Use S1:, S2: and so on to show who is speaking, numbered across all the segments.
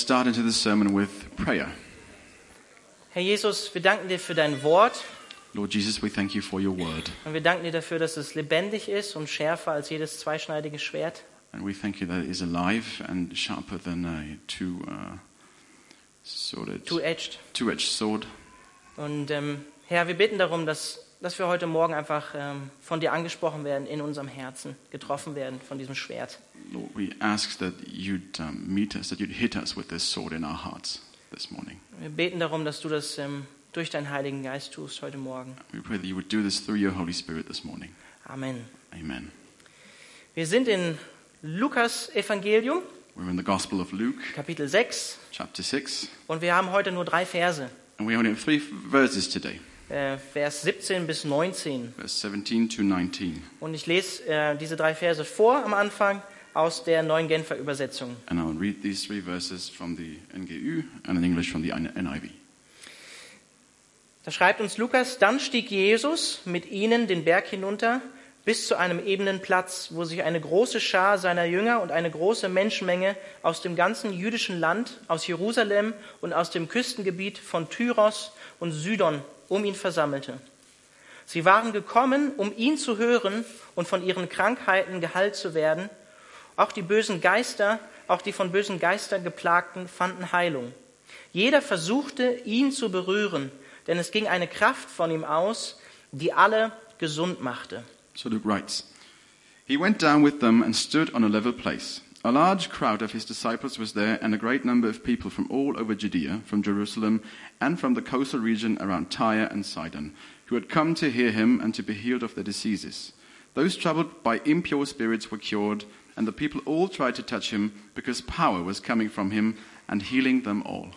S1: start into this sermon with prayer.
S2: Herr Jesus, wir danken dir für dein Wort
S1: Lord Jesus, we thank you for your word.
S2: und wir danken dir dafür, dass es lebendig ist und schärfer als jedes zweischneidige Schwert.
S1: And we thank you that it is alive and sharper than a two uh, sworded,
S2: Two-edged.
S1: two edged sword.
S2: Und ähm, Herr, wir beten darum, dass, dass wir heute Morgen einfach ähm, von dir angesprochen werden, in unserem Herzen getroffen werden von diesem Schwert.
S1: Lord, we ask that you'd um, meet us, that you'd hit us with this sword in our hearts this morning.
S2: Wir beten darum, dass du das ähm, durch deinen Heiligen Geist tust heute Morgen.
S1: We pray that you would do this through your Holy Spirit this morning.
S2: Amen.
S1: Amen.
S2: Wir sind in Lukas Evangelium,
S1: We're in the Gospel of Luke,
S2: Kapitel 6,
S1: chapter 6,
S2: und wir haben heute nur drei Verse.
S1: and we only have three verses today
S2: Äh, Vers 17 bis 19.
S1: verse 17 to 19.
S2: Und ich lese äh, diese drei Verse vor am Anfang aus der neuen Genfer Übersetzung.
S1: And I'll read these three verses from the NGU and in English from the NIV.
S2: Da schreibt uns Lukas, dann stieg Jesus mit ihnen den Berg hinunter bis zu einem ebenen Platz, wo sich eine große Schar seiner Jünger und eine große Menschenmenge aus dem ganzen jüdischen Land, aus Jerusalem und aus dem Küstengebiet von Tyros und Sidon um ihn versammelte. Sie waren gekommen, um ihn zu hören und von ihren Krankheiten geheilt zu werden. Auch die bösen Geister, auch die von bösen Geistern geplagten fanden Heilung. Jeder versuchte, ihn zu berühren, denn es ging eine Kraft von ihm aus, die alle gesund machte.
S1: So Luke writes He went down with them and stood on a level place. A large crowd of his disciples was there, and a great number of people from all over Judea, from Jerusalem, and from the coastal region around Tyre and Sidon, who had come to hear him and to be healed of their diseases. Those troubled by impure spirits were cured, and the people all tried to touch him, because power was coming from him and healing them all.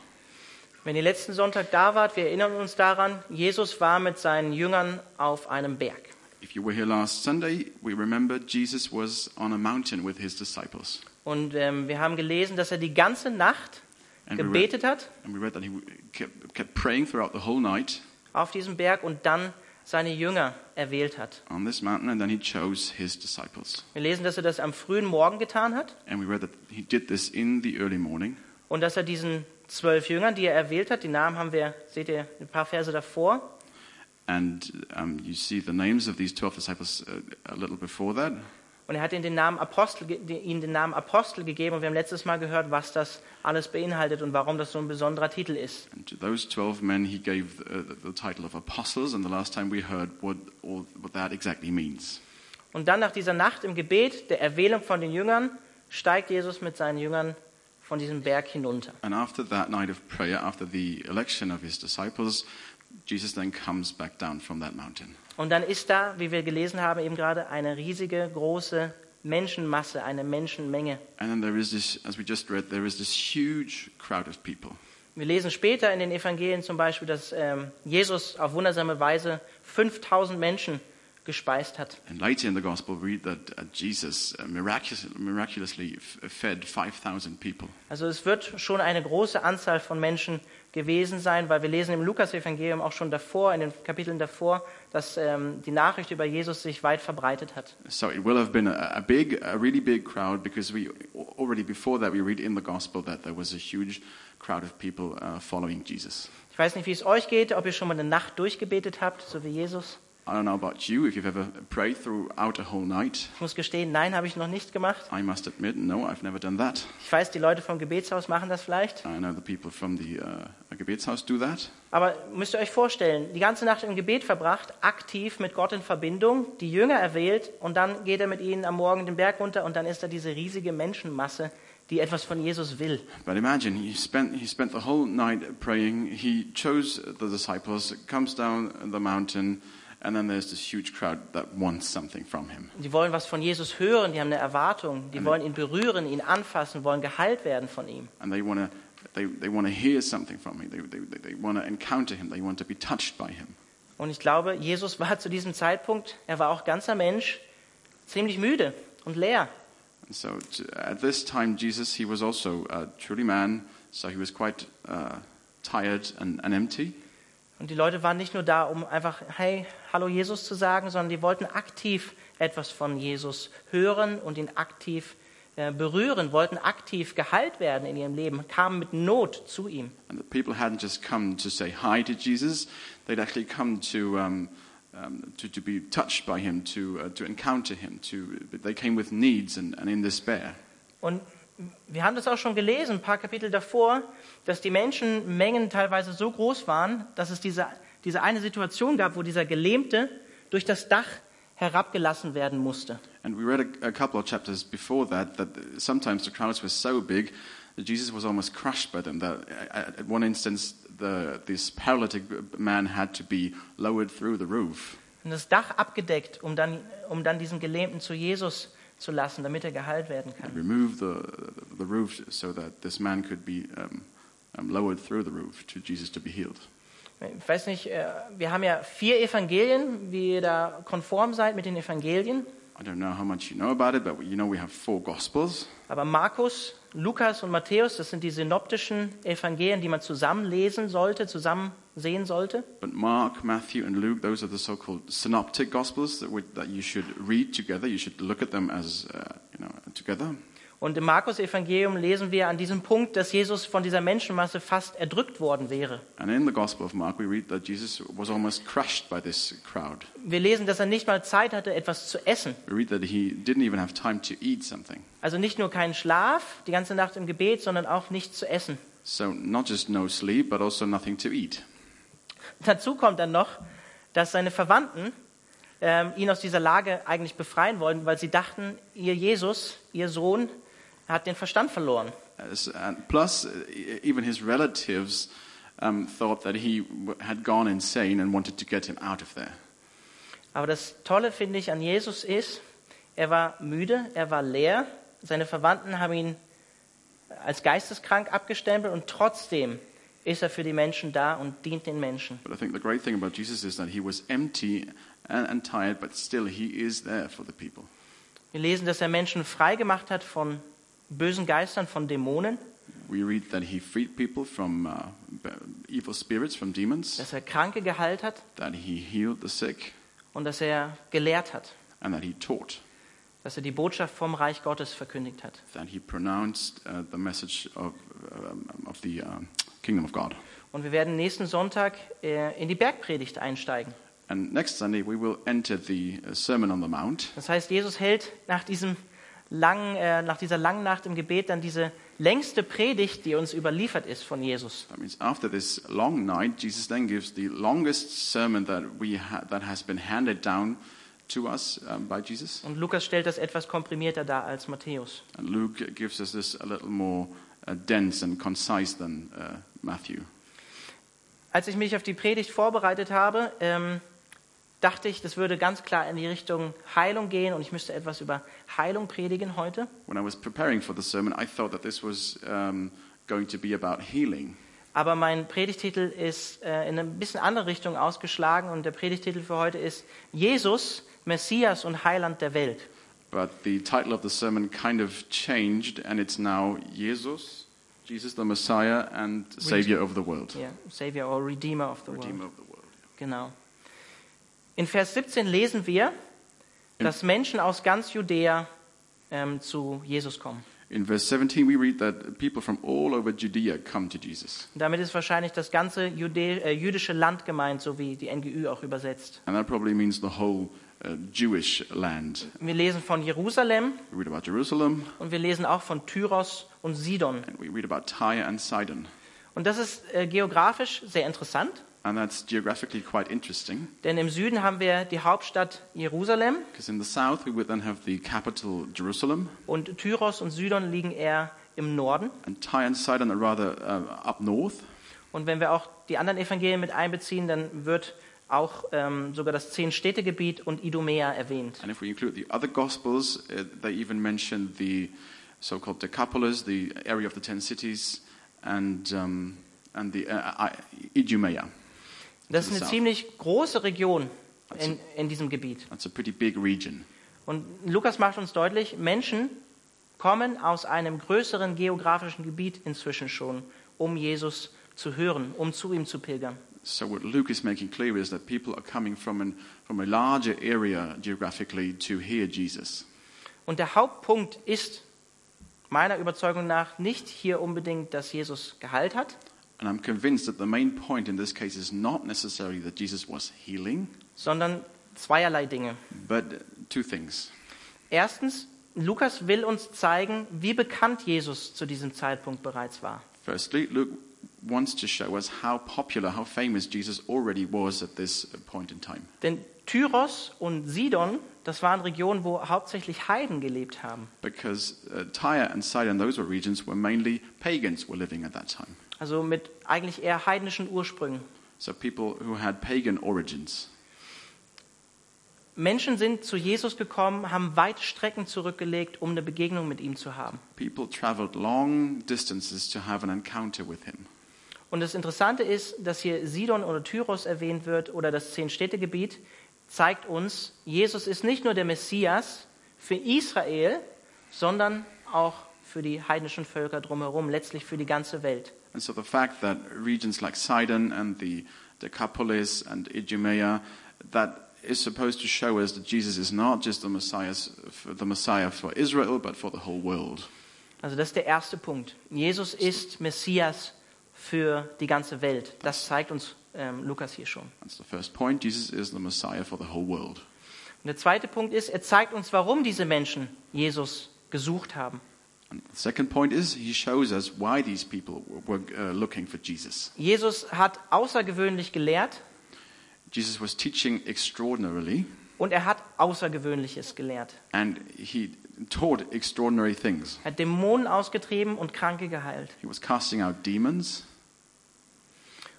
S2: Wenn ihr letzten Sonntag da wart, wir erinnern uns daran, Jesus war mit seinen Jüngern auf einem Berg.
S1: If you were here last Sunday, we remember Jesus was on a mountain with his disciples.
S2: Und ähm, wir haben gelesen, dass er die ganze Nacht
S1: And we read-
S2: gebetet hat
S1: And we read that he kept, kept praying throughout the whole night
S2: auf diesem Berg und dann seine Jünger erwählt hat.
S1: on this mountain, and then he chose his disciples.
S2: Wir lesen, dass er das am frühen Morgen getan hat
S1: And we read that he did this in the early morning,
S2: und dass er diesen zwölf Jüngern, die er erwählt hat, die Namen haben wir, seht ihr, ein paar Verse davor,
S1: and um, you see the names of these 12 disciples uh, a little before that.
S2: Und er hat ihnen den, Namen Apostel, ge- de- ihnen den Namen Apostel gegeben und wir haben letztes Mal gehört, was das alles beinhaltet und warum das so ein besonderer Titel ist.
S1: And to those 12 men, he gave uh, the, the title of apostles, and the last time we heard what, all, what that exactly means.
S2: Und dann nach dieser Nacht im Gebet, der Erwählung von den Jüngern, steigt Jesus mit seinen Jüngern von diesem Berg hinunter.
S1: And after that night of prayer, after the election of his disciples, Jesus then comes back down from that mountain.
S2: Und dann ist da, wie wir gelesen haben, eben gerade eine riesige, große Menschenmasse, eine Menschenmenge.
S1: And then there is this, as we just read, there is this huge crowd of people.
S2: Wir lesen später in den Evangelien zum Beispiel, dass ähm, Jesus auf wundersame Weise 5000 Menschen gespeist hat.
S1: And later in the gospel, we read that uh, Jesus uh, miraculous, miraculously f- fed 5,000 people.
S2: Also es wird schon eine große Anzahl von Menschen gewesen sein, weil wir lesen im Lukas-Evangelium auch schon davor, in den Kapiteln davor, dass ähm, die Nachricht über Jesus sich weit verbreitet hat.
S1: So it will have been a, a big, a really big crowd because we already before that we read in the gospel that there was a huge crowd of people uh, following Jesus.
S2: Ich weiß nicht, wie es euch geht, ob ihr schon mal eine Nacht durchgebetet habt, so wie Jesus.
S1: I don't know about you, if you've ever prayed throughout a whole night.
S2: Ich muss gestehen, nein, habe ich noch nicht gemacht.
S1: I must admit, no, I've never done that.
S2: Ich weiß, die Leute vom Gebetshaus machen das vielleicht.
S1: I know the people from the uh, Gebetshaus do that.
S2: Aber müsst ihr euch vorstellen, die ganze Nacht im Gebet verbracht, aktiv mit Gott in Verbindung, die Jünger erwählt und dann geht er mit ihnen am Morgen den Berg runter und dann ist da diese riesige Menschenmasse, die etwas von Jesus will.
S1: But imagine he spent he spent the whole night praying. He chose the disciples, comes down the mountain, and then there's this huge crowd that wants something from him.
S2: Die wollen was von Jesus hören, die haben eine Erwartung, die wollen ihn berühren, ihn anfassen, wollen geheilt werden von ihm.
S1: And they want to they, they want to hear something from him. They they, they want to encounter him. They want to be touched by him.
S2: Und ich glaube, Jesus war zu diesem Zeitpunkt, er war auch ganzer Mensch, ziemlich müde und leer.
S1: And so t- at this time, Jesus he was also uh, truly man, so he was quite uh, tired and, and empty.
S2: Und die Leute waren nicht nur da, um einfach, hey, hallo Jesus zu sagen, sondern die wollten aktiv etwas von Jesus hören und ihn aktiv äh, berühren, wollten aktiv geheilt werden in ihrem Leben, kamen mit Not zu ihm.
S1: And the people hadn't just come to say hi to Jesus, they'd actually come to, um, um, to, to be touched by him, to, uh, to encounter him. To, but they came with needs and, and in despair.
S2: Und wir haben das auch schon gelesen, ein paar Kapitel davor, dass die Menschenmengen teilweise so groß waren, dass es diese, diese eine Situation gab, wo dieser Gelähmte durch das Dach herabgelassen werden musste.
S1: And we read a, a couple of chapters before that that sometimes the crowds were so big that Jesus was almost crushed by them. That at at one instance, the, this paralytic man had to be lowered through the roof.
S2: Und das Dach abgedeckt, um dann, um dann diesen Gelähmten zu Jesus zu lassen, damit er geheilt werden kann.
S1: remove the, the roof so that this man could be um, um, lowered through the roof to Jesus to be healed.
S2: Ich weiß nicht, äh, wir haben ja vier Evangelien, wie ihr da konform seid mit den Evangelien.
S1: I don't know how much you know about it, but you know we have four Gospels.
S2: Aber Markus, Lukas und Matthäus, das sind die synoptischen Evangelien, die man zusammen lesen sollte, zusammen sehen sollte.
S1: But Mark, Matthew, and Luke, those are the so called synoptic Gospels that, would, that you should read together. You should look at them as, uh, you know, together.
S2: Und im Markus-Evangelium lesen wir an diesem Punkt, dass Jesus von dieser Menschenmasse fast erdrückt worden wäre.
S1: And in the Gospel of Mark, we read that Jesus was almost crushed by this crowd.
S2: Wir lesen, dass er nicht mal Zeit hatte, etwas zu essen.
S1: We read that he didn't even have time to eat something.
S2: Also nicht nur keinen Schlaf, die ganze Nacht im Gebet, sondern auch nichts zu essen.
S1: So, not just no sleep, but also nothing to eat.
S2: Dazu kommt dann noch, dass seine Verwandten ähm, ihn aus dieser Lage eigentlich befreien wollten, weil sie dachten, ihr Jesus, ihr Sohn, hat den Verstand verloren.
S1: As, and plus, uh, e- even his relatives um, thought that he w- had gone insane and wanted to get him out of there.
S2: Aber das Tolle, finde ich, an Jesus ist, er war müde, er war leer, seine Verwandten haben ihn als geisteskrank abgestempelt und trotzdem ist er für die Menschen da und dient den Menschen.
S1: But I think the great thing about Jesus is that he was empty and, and tired, but still he is there for the people.
S2: Wir lesen, dass er Menschen frei gemacht hat von bösen Geistern, von Dämonen,
S1: We read that he freed people from uh, b- evil spirits, from demons,
S2: dass er Kranke geheilt hat
S1: that he healed the sick,
S2: und dass er gelehrt hat.
S1: and that he taught,
S2: dass er die Botschaft vom Reich Gottes verkündigt hat.
S1: that he pronounced uh, the message of, um, of the um, kingdom of God.
S2: Und wir werden nächsten Sonntag äh, in die Bergpredigt einsteigen.
S1: And next Sunday we will enter the uh, Sermon on the Mount.
S2: Das heißt, Jesus hält nach, diesem langen, äh, nach dieser langen Nacht im Gebet dann diese längste Predigt, die uns überliefert ist von Jesus.
S1: That means after this long night, Jesus then gives the longest sermon that, we ha- that has been handed down to us um, by Jesus.
S2: Und Lukas stellt das etwas komprimierter dar als Matthäus.
S1: And Luke gives us this a little more uh, dense and concise than uh, Matthew.
S2: Als ich mich auf die Predigt vorbereitet habe, ähm, dachte ich, das würde ganz klar in die Richtung Heilung gehen und ich müsste etwas über Heilung predigen heute.
S1: When I was preparing for the sermon, I thought that this was um, going to be about healing.
S2: Aber mein Predigtitel ist äh, in eine bisschen andere Richtung ausgeschlagen und der Predigtitel für heute ist Jesus, Messias und Heiland der Welt.
S1: But the title of the sermon kind of changed, and it's now Jesus, Jesus the Messiah and Savior of the world.
S2: Ja, Savior or Redeemer of the
S1: Redeemer
S2: world.
S1: of the world.
S2: Genau. In Vers 17 lesen wir,
S1: In-
S2: dass Menschen aus ganz Judäa ähm, zu Jesus kommen.
S1: In verse 17, we read that people from all over Judea come to Jesus.
S2: Und damit ist wahrscheinlich das ganze Judä äh, jüdische Land gemeint, so wie die NGÜ auch übersetzt.
S1: And that probably means the whole uh, Jewish land.
S2: Wir lesen von Jerusalem
S1: We read about Jerusalem,
S2: und wir lesen auch von Tyros und Sidon.
S1: and we read about Tyre and Sidon.
S2: Und das ist äh, geografisch sehr interessant.
S1: And that's geographically quite interesting,
S2: Denn im Süden haben wir die Hauptstadt Jerusalem
S1: because in the south we would then have the capital Jerusalem,
S2: und Tyros und Sidon liegen eher im Norden.
S1: and Tyre and Sidon are rather uh, up north.
S2: Und wenn wir auch die anderen Evangelien mit einbeziehen, dann wird auch ähm, sogar das Zehn-Städte-Gebiet und Idumea erwähnt.
S1: And if we include the other Gospels, uh, they even mention the so called Decapolis, the area of the ten cities, and, um, and the uh, I- Idumea.
S2: Das ist eine ziemlich große Region in, in diesem Gebiet.
S1: That's a pretty big region.
S2: Und Lukas macht uns deutlich, Menschen kommen aus einem größeren geografischen Gebiet inzwischen schon, um Jesus zu hören, um zu ihm zu pilgern.
S1: So what Luke is making clear is that people are coming from, an, from a larger area geographically to hear Jesus.
S2: Und der Hauptpunkt ist meiner Überzeugung nach nicht hier unbedingt, dass Jesus geheilt hat,
S1: And I'm convinced that the main point in this case is not necessarily that Jesus was healing,
S2: sondern zweierlei Dinge.
S1: but two things.
S2: Erstens, Lukas will uns zeigen, wie bekannt Jesus zu diesem Zeitpunkt bereits war.
S1: Firstly, Luke wants to show us how popular, how famous Jesus already was at this point in time.
S2: Denn Tyros und Sidon, das waren Regionen, wo hauptsächlich Heiden gelebt haben.
S1: Because uh, Tyre and Sidon, those were regions where mainly pagans were living at that time.
S2: Also mit eigentlich eher heidnischen Ursprüngen.
S1: So people who had pagan origins.
S2: Menschen sind zu Jesus gekommen, haben weite Strecken zurückgelegt, um eine Begegnung mit ihm zu haben.
S1: People traveled long distances to have an encounter with him.
S2: Und das Interessante ist, dass hier Sidon oder Tyros erwähnt wird oder das Zehn-Städte-Gebiet, zeigt uns, Jesus ist nicht nur der Messias für Israel, sondern auch für die heidnischen Völker drumherum, letztlich für die ganze Welt.
S1: And so the fact that regions like Sidon and the Decapolis and Idumea, that is supposed to show us that Jesus is not just the Messiah, the Messiah for Israel, but for the whole world.
S2: Also das ist der erste Punkt. Jesus ist Messias für die ganze Welt. Das zeigt uns ähm, Lukas hier schon.
S1: That's the first point. Jesus is the Messiah for the whole world.
S2: Und der zweite Punkt ist, er zeigt uns, warum diese Menschen Jesus gesucht haben.
S1: And the second point is he shows us why these people were uh, looking for Jesus.
S2: Jesus hat außergewöhnlich gelehrt
S1: Jesus was teaching extraordinarily,
S2: und er hat Außergewöhnliches gelehrt.
S1: and he taught extraordinary things.
S2: Er hat Dämonen ausgetrieben und Kranke geheilt.
S1: He was casting out demons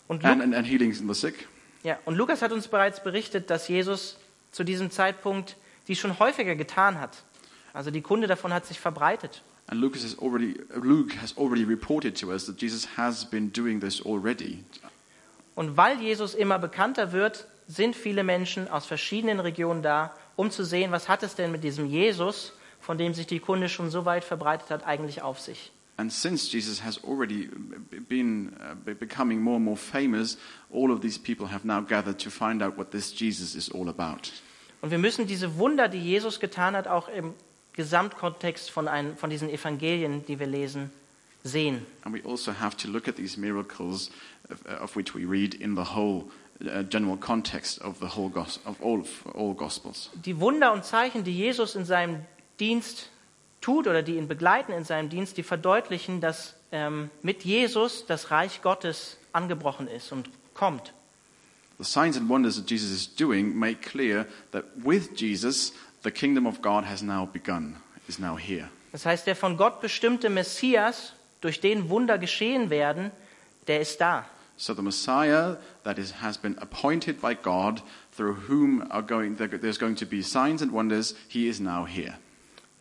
S2: Und, Lu
S1: and, and, and healing the sick.
S2: ja, und Lukas hat uns bereits berichtet, dass Jesus zu diesem Zeitpunkt dies schon häufiger getan hat. Also die Kunde davon hat sich verbreitet.
S1: And Lucas has already, Luke has already reported to us that Jesus has been doing this already.
S2: Und weil Jesus immer bekannter wird, sind viele Menschen aus verschiedenen Regionen da, um zu sehen, was hat es denn mit diesem Jesus, von dem sich die Kunde schon so weit verbreitet hat, eigentlich auf sich.
S1: And since Jesus has already b- been uh, be- becoming more and more famous, all of these people have now gathered to find out what this Jesus is all about.
S2: Und wir müssen diese Wunder, die Jesus getan hat, auch im Gesamtkontext von, einem, von diesen Evangelien, die wir lesen, sehen.
S1: And we also have to look at these miracles of, uh, of which we read in the whole uh, general context of the whole gos- of all of all gospels.
S2: Die Wunder und Zeichen, die Jesus in seinem Dienst tut oder die ihn begleiten in seinem Dienst, die verdeutlichen, dass ähm, mit Jesus das Reich Gottes angebrochen ist und kommt.
S1: The signs and wonders that Jesus is doing make clear that with Jesus the kingdom of God has now begun, is now here.
S2: Das heißt, der von Gott bestimmte Messias, durch den Wunder geschehen werden, der ist da.
S1: So the Messiah that is, has been appointed by God, through whom are going, there- there's going to be signs and wonders, he is now here.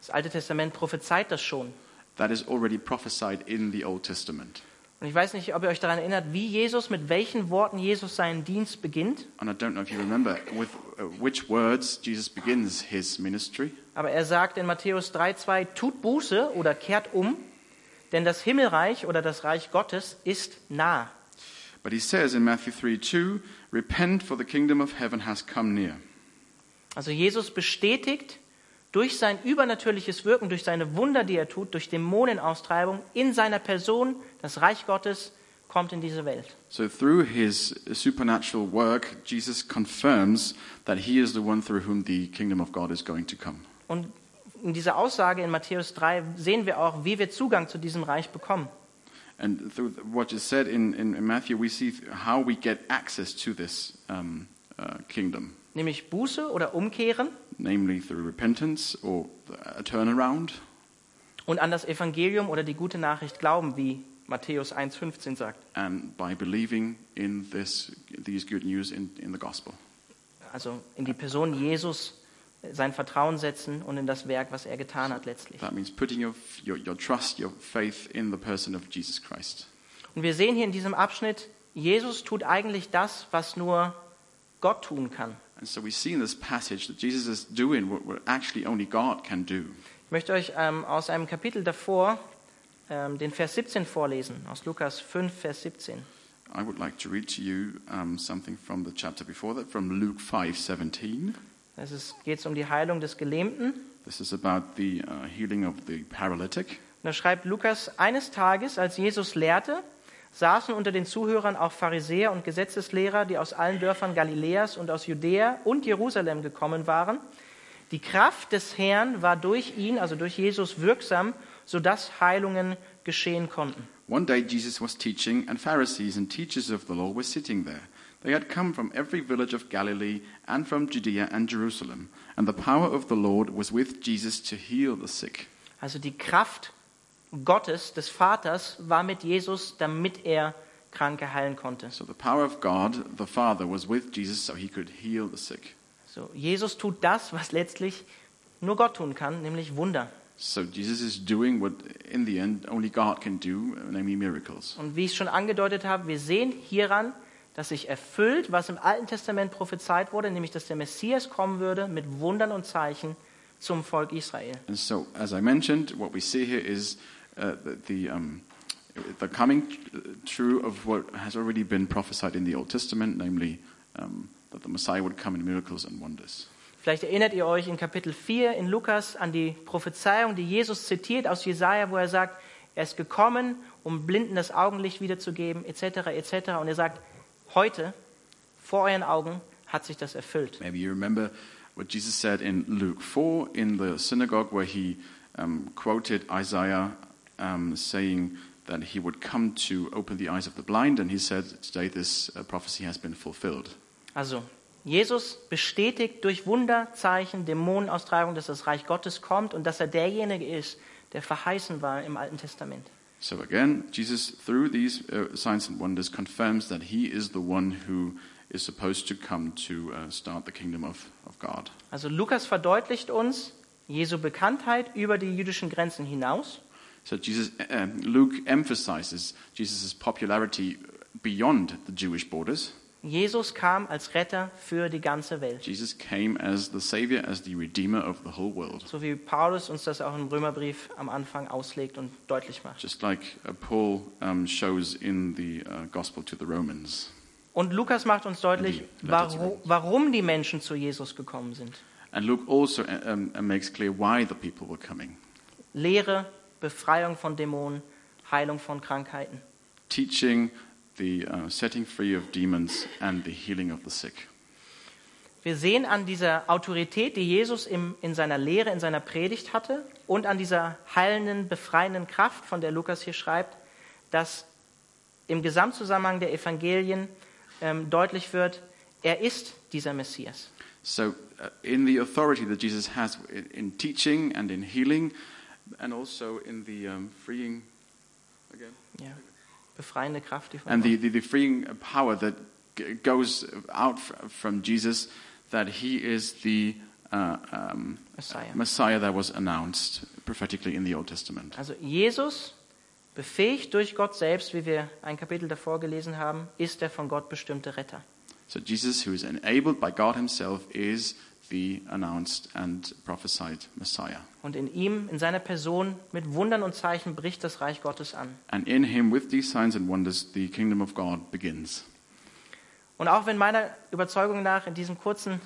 S2: Das Alte Testament prophezeit das schon.
S1: That is already prophesied in the Old Testament.
S2: Und ich weiß nicht, ob ihr euch daran erinnert, wie Jesus, mit welchen Worten Jesus seinen Dienst beginnt,
S1: And I don't know if you remember with uh, which words Jesus begins his ministry.
S2: aber er sagt in Matthäus 3,2, tut Buße oder kehrt um, denn das Himmelreich oder das Reich Gottes ist nah.
S1: But he says in Matthew 3 2, Repent, for the kingdom of heaven has come near.
S2: Also Jesus bestätigt durch sein übernatürliches Wirken, durch seine Wunder, die er tut, durch Dämonenaustreibung in seiner Person, das Reich Gottes kommt in diese Welt.
S1: So through his supernatural work, Jesus confirms that he is the one through whom the kingdom of God is going to come.
S2: Und in dieser Aussage in Matthäus 3 sehen wir auch, wie wir Zugang zu diesem Reich bekommen.
S1: And through what is said in, in, in Matthew, we see how we get access to this um, uh, kingdom,
S2: Nämlich Buße oder Umkehren
S1: namely through repentance or a turnaround,
S2: und an das Evangelium oder die gute Nachricht glauben, wie Matthäus 1,15 sagt.
S1: and by believing in this, these good news in, in the gospel.
S2: Also in die Person Jesus sein Vertrauen setzen und in das Werk, was er getan hat letztlich.
S1: That means putting your, your, your trust, your faith in the person of Jesus Christ.
S2: Und wir sehen hier in diesem Abschnitt, Jesus tut eigentlich das, was nur Gott tun kann.
S1: And so we see in this passage that Jesus is doing what, what actually only God can do.
S2: Ich möchte euch ähm, aus einem Kapitel davor ähm, den Vers 17 vorlesen, aus Lukas 5, Vers 17.
S1: I would like to read to you um, something from the chapter before that, from Luke 5:17.
S2: Es geht um die Heilung des Gelähmten
S1: This is about the uh, healing of the paralytic.
S2: Und da schreibt Lukas, eines Tages, als Jesus lehrte, saßen unter den Zuhörern auch Pharisäer und Gesetzeslehrer, die aus allen Dörfern Galiläas und aus Judäa und Jerusalem gekommen waren. Die Kraft des Herrn war durch ihn, also durch Jesus, wirksam, sodass Heilungen geschehen konnten.
S1: One day Jesus was teaching, and Pharisees and teachers of the law were sitting there. They had come from every village of Galilee and from Judea and Jerusalem, and the power of the Lord was with Jesus to heal the sick.
S2: Also die Kraft Gottes, des Vaters, war mit Jesus, damit er Kranke heilen konnte.
S1: So the power of God, the Father, was with Jesus so he could heal the sick.
S2: So, Jesus tut das, was letztlich nur Gott tun kann, nämlich Wunder.
S1: So Jesus is doing what, in the end, only God can do, namely miracles.
S2: Und wie ich schon angedeutet habe, wir sehen hieran, dass sich erfüllt, was im Alten Testament prophezeit wurde, nämlich dass der Messias kommen würde mit Wundern und Zeichen zum Volk Israel.
S1: And so, as I mentioned, what we see here is uh, the, the, um, the coming tr- true of what has already been prophesied in the Old Testament, namely um, that the Messiah would come in miracles and wonders.
S2: Vielleicht erinnert ihr euch in Kapitel 4 in Lukas an die Prophezeiung, die Jesus zitiert aus Jesaja, wo er sagt, er ist gekommen, um Blinden das Augenlicht wiederzugeben, etc., etc. Und er sagt, heute, vor euren Augen, hat sich das erfüllt.
S1: Maybe you remember what Jesus said in Luke 4 in the synagogue, where he um, quoted Isaiah um, saying that he would come to open the eyes of the blind, and he said, Today this uh, prophecy has been fulfilled.
S2: Also, Jesus bestätigt durch Wunder, Zeichen, Dämonenaustreibung, dass das Reich Gottes kommt und dass er derjenige ist, der verheißen war im Alten Testament.
S1: So again, Jesus, through these uh, signs and wonders, confirms that he is the one who is supposed to come to uh, start the kingdom of, of God.
S2: Also Lukas verdeutlicht uns Jesu Bekanntheit über die jüdischen Grenzen hinaus
S1: So Jesus, um, Luke emphasizes Jesus' popularity beyond the Jewish borders.
S2: Jesus kam als Retter für die ganze Welt.
S1: Jesus came as the Savior, as the Redeemer of the whole world.
S2: So wie Paulus uns das auch im Römerbrief am Anfang auslegt und deutlich macht.
S1: Just like uh, Paul um, shows in the uh, Gospel to the Romans.
S2: Und Lukas macht uns deutlich,
S1: Die Leiter zu
S2: warum,
S1: Römer.
S2: warum die Menschen zu Jesus gekommen sind.
S1: And Luke also uh, um, uh, makes clear why the people were coming.
S2: Lehre, Befreiung von Dämonen, Heilung von Krankheiten.
S1: Teaching, the uh, setting free of demons, and the healing of the sick.
S2: Wir sehen an dieser Autorität, die Jesus im, in seiner Lehre, in seiner Predigt hatte und an dieser heilenden, befreienden Kraft, von der Lukas hier schreibt, dass im Gesamtzusammenhang der Evangelien ähm, deutlich wird, er ist dieser Messias.
S1: So, uh, in the authority that Jesus has in, in teaching and in healing, and also in the um, freeing, again,
S2: Ja. Befreiende Kraft, die von
S1: and
S2: Gott.
S1: the, the, the freeing power that g- goes out f- from Jesus, that he is the uh, um,
S2: Messiah.
S1: Messiah that was announced prophetically in the Old Testament.
S2: Also Jesus, befähigt durch Gott selbst, wie wir ein Kapitel davor gelesen haben, ist der von Gott bestimmte Retter.
S1: So, Jesus, who is enabled by God Himself, is the announced and prophesied Messiah.
S2: Und in ihm, in seiner Person, mit Wundern und Zeichen bricht das Reich Gottes an.
S1: And in Him, with these signs and wonders, the kingdom of God begins.
S2: Und auch wenn meiner Überzeugung nach in diesen kurzen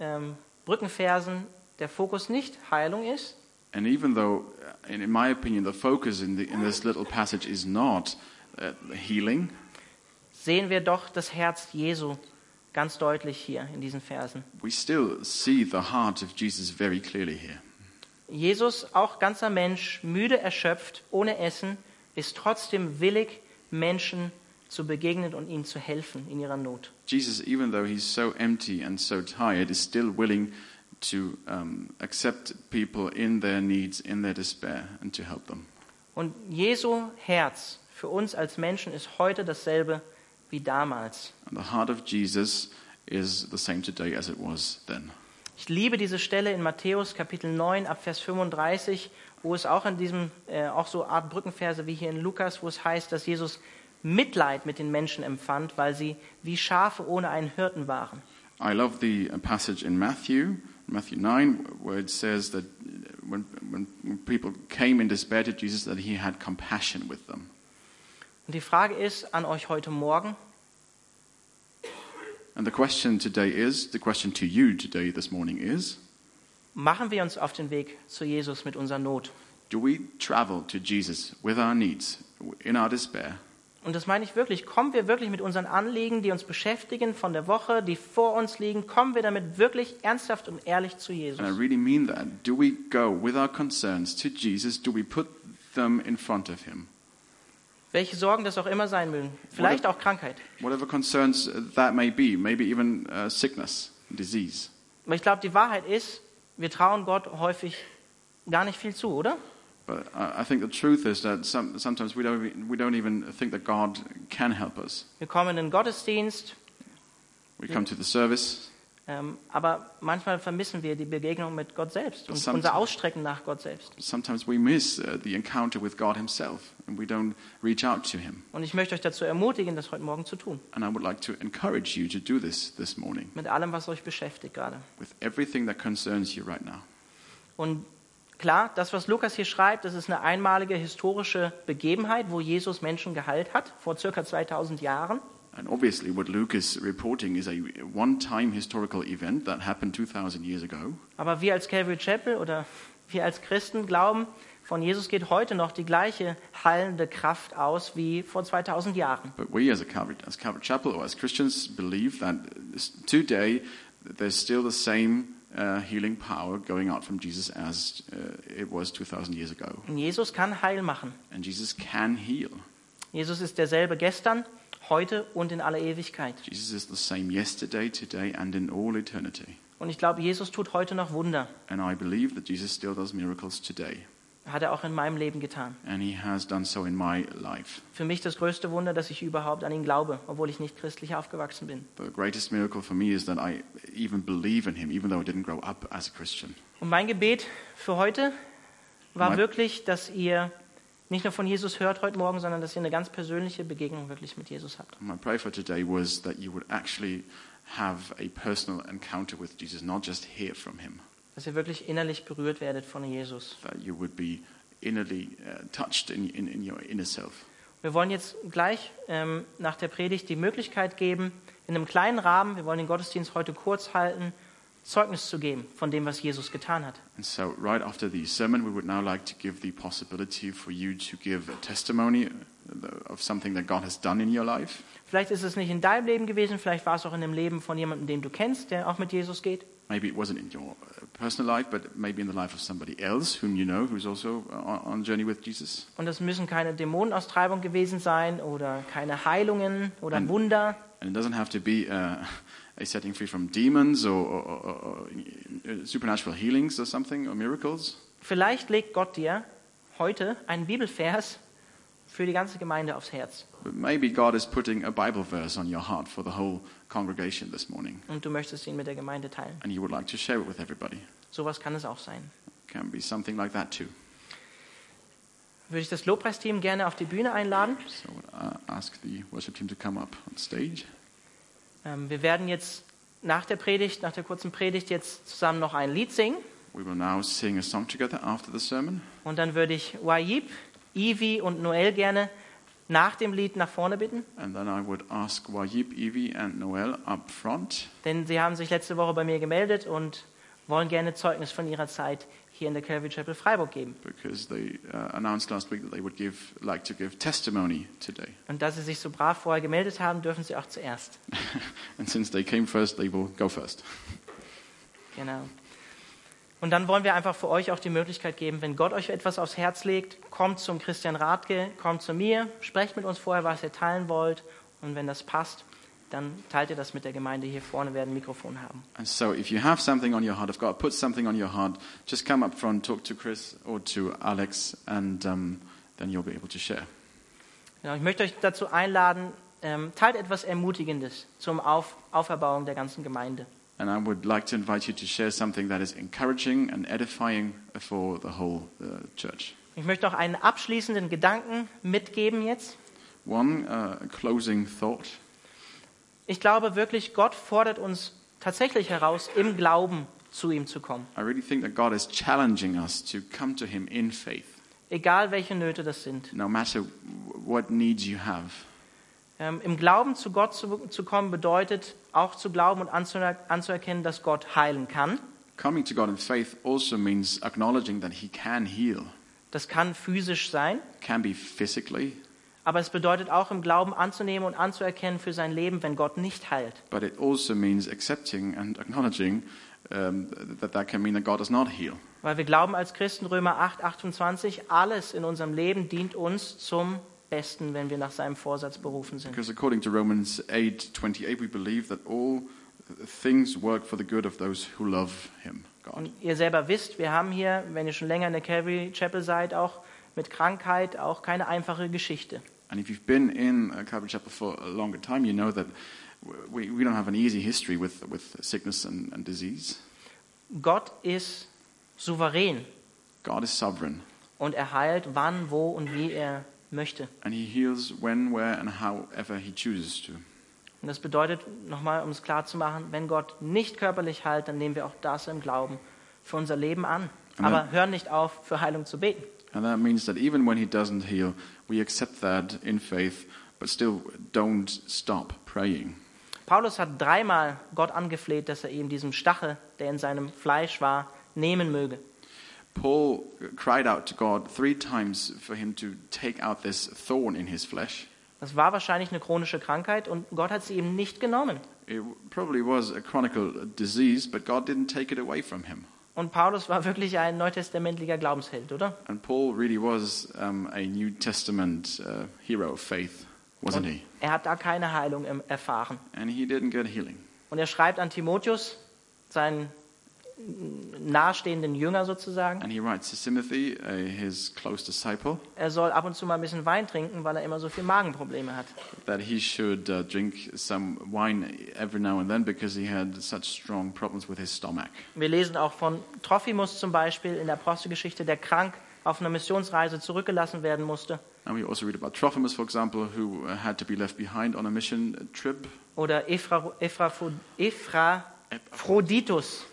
S2: ähm, Brückenversen der Fokus nicht Heilung ist,
S1: And even though, uh, in, in my opinion, the focus in, the, in this little passage is not uh, healing,
S2: sehen wir doch das Herz Jesu ganz deutlich hier in diesen Versen.
S1: we still see the heart of Jesus very clearly here.
S2: Jesus, auch ganzer Mensch, müde, erschöpft, ohne Essen, ist trotzdem willig, Menschen zu begegnen und ihnen zu helfen in ihrer Not.
S1: Jesus, even though he's so empty and so tired, is still willing to um, accept people in their needs, in their despair, and to help them.
S2: Und Jesu Herz für uns als Menschen ist heute dasselbe wie damals.
S1: And the heart of Jesus is the same today as it was then.
S2: Ich liebe diese Stelle in Matthäus Kapitel 9 ab Vers 35, wo es auch in diesem, äh, auch so Art Brückenverse wie hier in Lukas, wo es heißt, dass Jesus Mitleid mit den Menschen empfand, weil sie wie Schafe ohne einen Hirten waren.
S1: I love the uh, passage in Matthew, Matthew 9, where it says that uh, when, when people came in despair to Jesus, that he had compassion with them.
S2: Und die Frage ist an euch heute Morgen,
S1: And the question today is the question to you today, this morning, is
S2: machen wir uns auf den Weg zu Jesus mit unserer Not?
S1: Do we travel to Jesus with our needs, in our despair?
S2: Und das meine ich wirklich. Kommen wir wirklich mit unseren Anliegen, die uns beschäftigen von der Woche, die vor uns liegen, kommen wir damit wirklich ernsthaft und ehrlich zu
S1: And I
S2: Jesus?
S1: really mean that. Do we go with our concerns to Jesus? Do we put them in front of Him?
S2: Welche Sorgen das auch immer sein mögen. Vielleicht auch Krankheit.
S1: Whatever concerns that may be, maybe even uh, sickness, disease.
S2: Aber ich glaube, die Wahrheit ist, wir trauen Gott häufig gar nicht viel zu, oder?
S1: But I I think the truth is that some, sometimes we don't, even- we don't even think that God can help us.
S2: Wir kommen in den Gottesdienst,
S1: We come to the service,
S2: ähm, aber manchmal vermissen wir die Begegnung mit Gott selbst und
S1: Samt-
S2: unser Ausstrecken nach Gott selbst.
S1: sometimes we miss uh, the encounter with God Himself, and we don't reach out to Him.
S2: Und ich möchte euch dazu ermutigen, das heute Morgen zu tun.
S1: And I would like to encourage you to do this this morning
S2: Mit allem, was euch beschäftigt gerade.
S1: with everything that concerns you right now.
S2: Und klar, das, was Lukas hier schreibt, das ist eine einmalige historische Begebenheit, wo Jesus Menschen geheilt hat, vor circa 2000 Jahren.
S1: And obviously, what Luke is reporting is a one time historical event that happened 2,000 years ago.
S2: Aber wir als Calvary Chapel oder wir als Christen glauben, von Jesus geht heute noch die gleiche heilende Kraft aus wie vor 2000 Jahren.
S1: But we, as a Calvary, as Calvary Chapel or as Christians, believe that s- today there's still the same uh, healing power going out from Jesus as uh, it was 2,000 years ago.
S2: Und Jesus kann heil machen.
S1: And Jesus can heal.
S2: Jesus ist derselbe gestern, heute und in aller Ewigkeit.
S1: Jesus is the same yesterday, today, and in all eternity.
S2: Und ich glaube, Jesus tut heute noch Wunder.
S1: And I believe that Jesus still does miracles today.
S2: Hat er auch in meinem Leben getan.
S1: And he has done so in my life.
S2: Für mich das größte Wunder, dass ich überhaupt an ihn glaube, obwohl ich nicht christlich aufgewachsen bin.
S1: The greatest miracle for me is that I even believe in him, even though I didn't grow up as a Christian.
S2: Und mein Gebet für heute war
S1: Mein-
S2: wirklich, dass ihr nicht nur von Jesus hört heute Morgen, sondern dass ihr eine ganz persönliche Begegnung wirklich mit Jesus habt.
S1: My prayer for today was that you would actually have a personal encounter with Jesus, not just hear from him,
S2: Dass ihr wirklich innerlich berührt werdet von Jesus.
S1: that you would be innerly uh, touched in, in, in your inner self.
S2: Wir wollen jetzt gleich ähm, nach der Predigt die Möglichkeit geben, in einem kleinen Rahmen, wir wollen den Gottesdienst heute kurz halten, Zeugnis zu geben von dem, was Jesus getan hat.
S1: And so, right after the sermon, we would now like to give the possibility for you to give a testimony uh, of something that God has done in your life.
S2: Vielleicht ist es nicht in deinem Leben gewesen, vielleicht war es auch in dem Leben von jemandem, den du kennst, der auch mit Jesus geht.
S1: Maybe it wasn't in your uh, personal life, but maybe in the life of somebody else whom you know who's also uh, on, on journey with Jesus.
S2: Und das müssen keine Dämonenaustreibung gewesen sein oder keine Heilungen oder Wunder.
S1: And it doesn't have to be uh, a setting free from demons or, or, or, or uh, supernatural healings or something or miracles.
S2: Vielleicht legt Gott dir heute einen Bibelvers für die ganze Gemeinde aufs Herz
S1: But maybe God is putting a Bible verse on your heart for the whole congregation this morning,
S2: und du möchtest ihn mit der Gemeinde teilen.
S1: and you would like to share it with everybody.
S2: Sowas kann es auch sein.
S1: Can be something like that too.
S2: Würde ich das Lobpreisteam gerne auf die Bühne einladen.
S1: So I would uh, ask the worship team to come up on stage.
S2: Ähm, wir werden jetzt nach der Predigt, nach der kurzen Predigt jetzt zusammen noch ein Lied singen
S1: We will now sing a song together after the sermon.
S2: und dann würde ich Wajib, Ivi und Noel gerne nach dem Lied nach vorne bitten,
S1: And then I would ask Wajib, Evie, and Noel up front.
S2: denn sie haben sich letzte Woche bei mir gemeldet und wollen gerne Zeugnis von ihrer Zeit hier in der Calvary Chapel Freiburg geben.
S1: because they uh, announced last week that they would give, like to give testimony today.
S2: Und da sie sich so brav vorher gemeldet haben, dürfen sie auch zuerst.
S1: and since they came first, they will go first.
S2: Genau. Und dann wollen wir einfach für euch auch die Möglichkeit geben, wenn Gott euch etwas aufs Herz legt, kommt zum Christian Radke, kommt zu mir, sprecht mit uns vorher, was ihr teilen wollt. Und wenn das passt, dann teilt ihr das mit der Gemeinde hier vorne, werden ein Mikrofon haben.
S1: And so, if you have something on your heart, if God puts something on your heart, just come up front, talk to Chris or to Alex, and um, then you'll be able to share.
S2: Genau, ich möchte euch dazu einladen, ähm, teilt etwas Ermutigendes zum Auf Auferbauung der ganzen Gemeinde.
S1: And I would like to invite you to share something that is encouraging and edifying for the whole uh, church.
S2: Ich möchte noch einen abschließenden Gedanken mitgeben jetzt.
S1: One uh, closing thought.
S2: Ich glaube wirklich, Gott fordert uns tatsächlich heraus, im Glauben zu ihm zu kommen.
S1: I really think that God is challenging us to come to Him in faith,
S2: Egal welche Nöte das sind.
S1: no matter w- what needs you have.
S2: Ähm, Im Glauben zu Gott zu, zu kommen bedeutet auch zu glauben und anzuer anzuerkennen, dass Gott heilen kann.
S1: Coming to God in faith also means acknowledging that He can heal.
S2: Das kann physisch sein,
S1: can be physically,
S2: aber es bedeutet auch im Glauben anzunehmen und anzuerkennen für sein Leben, wenn Gott nicht heilt.
S1: but it also means accepting and acknowledging um, that that can mean that God does not heal.
S2: Weil wir glauben als Christen, Römer 8, 28, alles in unserem Leben dient uns zum Besten, wenn wir nach seinem Vorsatz berufen sind.
S1: Because according to Romans 8:28, we believe that all things work for the good of those who love Him, God.
S2: Und ihr selber wisst, wir haben hier, wenn ihr schon länger in der Calvary Chapel seid, auch mit Krankheit auch keine einfache Geschichte.
S1: And if you've been in uh, Calvary Chapel for a longer time, you know that w- we, we don't have an easy history with, with sickness and, and disease.
S2: Gott ist souverän
S1: God is sovereign,
S2: und er heilt, wann, wo und wie er möchte.
S1: and He heals when, where, and however He chooses to.
S2: Und das bedeutet, nochmal, um es klar zu machen, wenn Gott nicht körperlich heilt, dann nehmen wir auch das im Glauben für unser Leben an.
S1: Amen.
S2: Aber hören nicht auf, für Heilung zu beten.
S1: And that means that even when He doesn't heal, we accept that in faith, but still don't stop praying.
S2: Paulus hat dreimal Gott angefleht, dass er ihm diesen Stachel, der in seinem Fleisch war, nehmen möge.
S1: Paul cried out to God three times for him to take out this thorn in his flesh.
S2: Das war wahrscheinlich eine chronische Krankheit und Gott hat sie ihm nicht genommen.
S1: It probably was a chronic disease, but God didn't take it away from him.
S2: Und Paulus war wirklich ein neutestamentlicher Glaubensheld, oder?
S1: And Paul really was um, a New Testament uh, hero of faith, wasn't he?
S2: Er hat da keine Heilung im- erfahren.
S1: And he didn't get healing.
S2: Und er schreibt an Timotheus, seinen nahestehenden Jünger sozusagen,
S1: And he writes to Timothy, uh, his close disciple,
S2: er soll ab und zu mal ein bisschen Wein trinken, weil er immer so viel Magenprobleme hat.
S1: that he should uh, drink some wine every now and then because he had such strong problems with his stomach.
S2: Wir lesen auch von Trophimus zum Beispiel in der Apostelgeschichte, der krank auf einer Missionsreise zurückgelassen werden musste.
S1: And we also read about Trophimus, for example, who uh, had to be left behind on a mission trip
S2: Oder Ephra, Ephrafo- Ephraphroditus,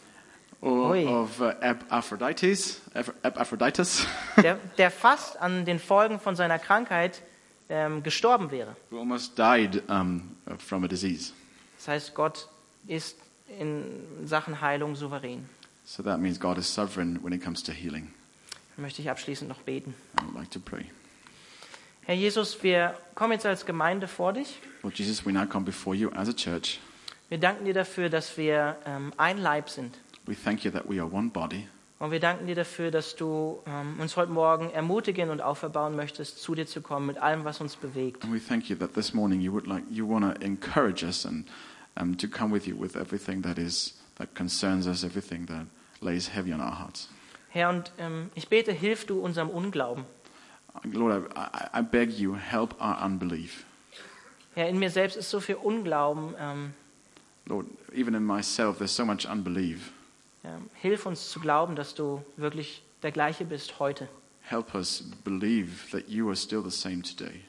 S1: or
S2: Oi.
S1: of uh, Epaphroditus, Eph- Epaphroditus,
S2: der, der fast an den Folgen von seiner Krankheit ähm, gestorben wäre.
S1: who almost died um, from a disease.
S2: Das heißt, Gott ist in Sachen Heilung souverän.
S1: So that means God is sovereign when it comes to healing.
S2: Dann möchte ich abschließend noch beten.
S1: I would like to pray.
S2: Herr Jesus, wir kommen jetzt als Gemeinde vor dich.
S1: Lord Jesus, we now come before you as a church.
S2: Wir danken dir dafür, dass wir ähm, ein Leib sind.
S1: We thank you that we are one body,
S2: Und wir danken dir dafür, dass du ähm, uns heute Morgen ermutigen und auferbauen möchtest, zu dir zu kommen mit allem, was uns bewegt.
S1: and we thank you that this morning you would like you want to encourage us and um, to come with you with everything that is that concerns us, everything that lays heavy on our hearts.
S2: Herr, und ähm, ich bete, hilf du unserem Unglauben.
S1: Lord, I, I, I beg you, help our unbelief.
S2: Herr, in mir selbst ist so viel Unglauben. Ähm,
S1: Lord, even in myself, there's so much unbelief.
S2: ähm, hilf uns zu glauben, dass du wirklich der gleiche bist heute.
S1: Help us believe that you are still the same today.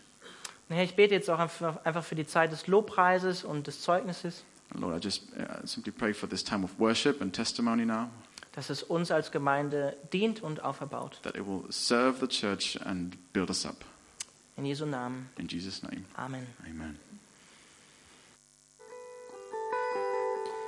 S2: Und Herr, ich bete jetzt auch einfach einfach für die Zeit des Lobpreises und des Zeugnisses,
S1: And Lord, I just uh, simply pray for this time of worship and testimony now,
S2: dass es uns als Gemeinde dient und auferbaut.
S1: that it will serve the church and build us up.
S2: In Jesu Namen.
S1: In Jesus' name,
S2: Amen.
S1: amen.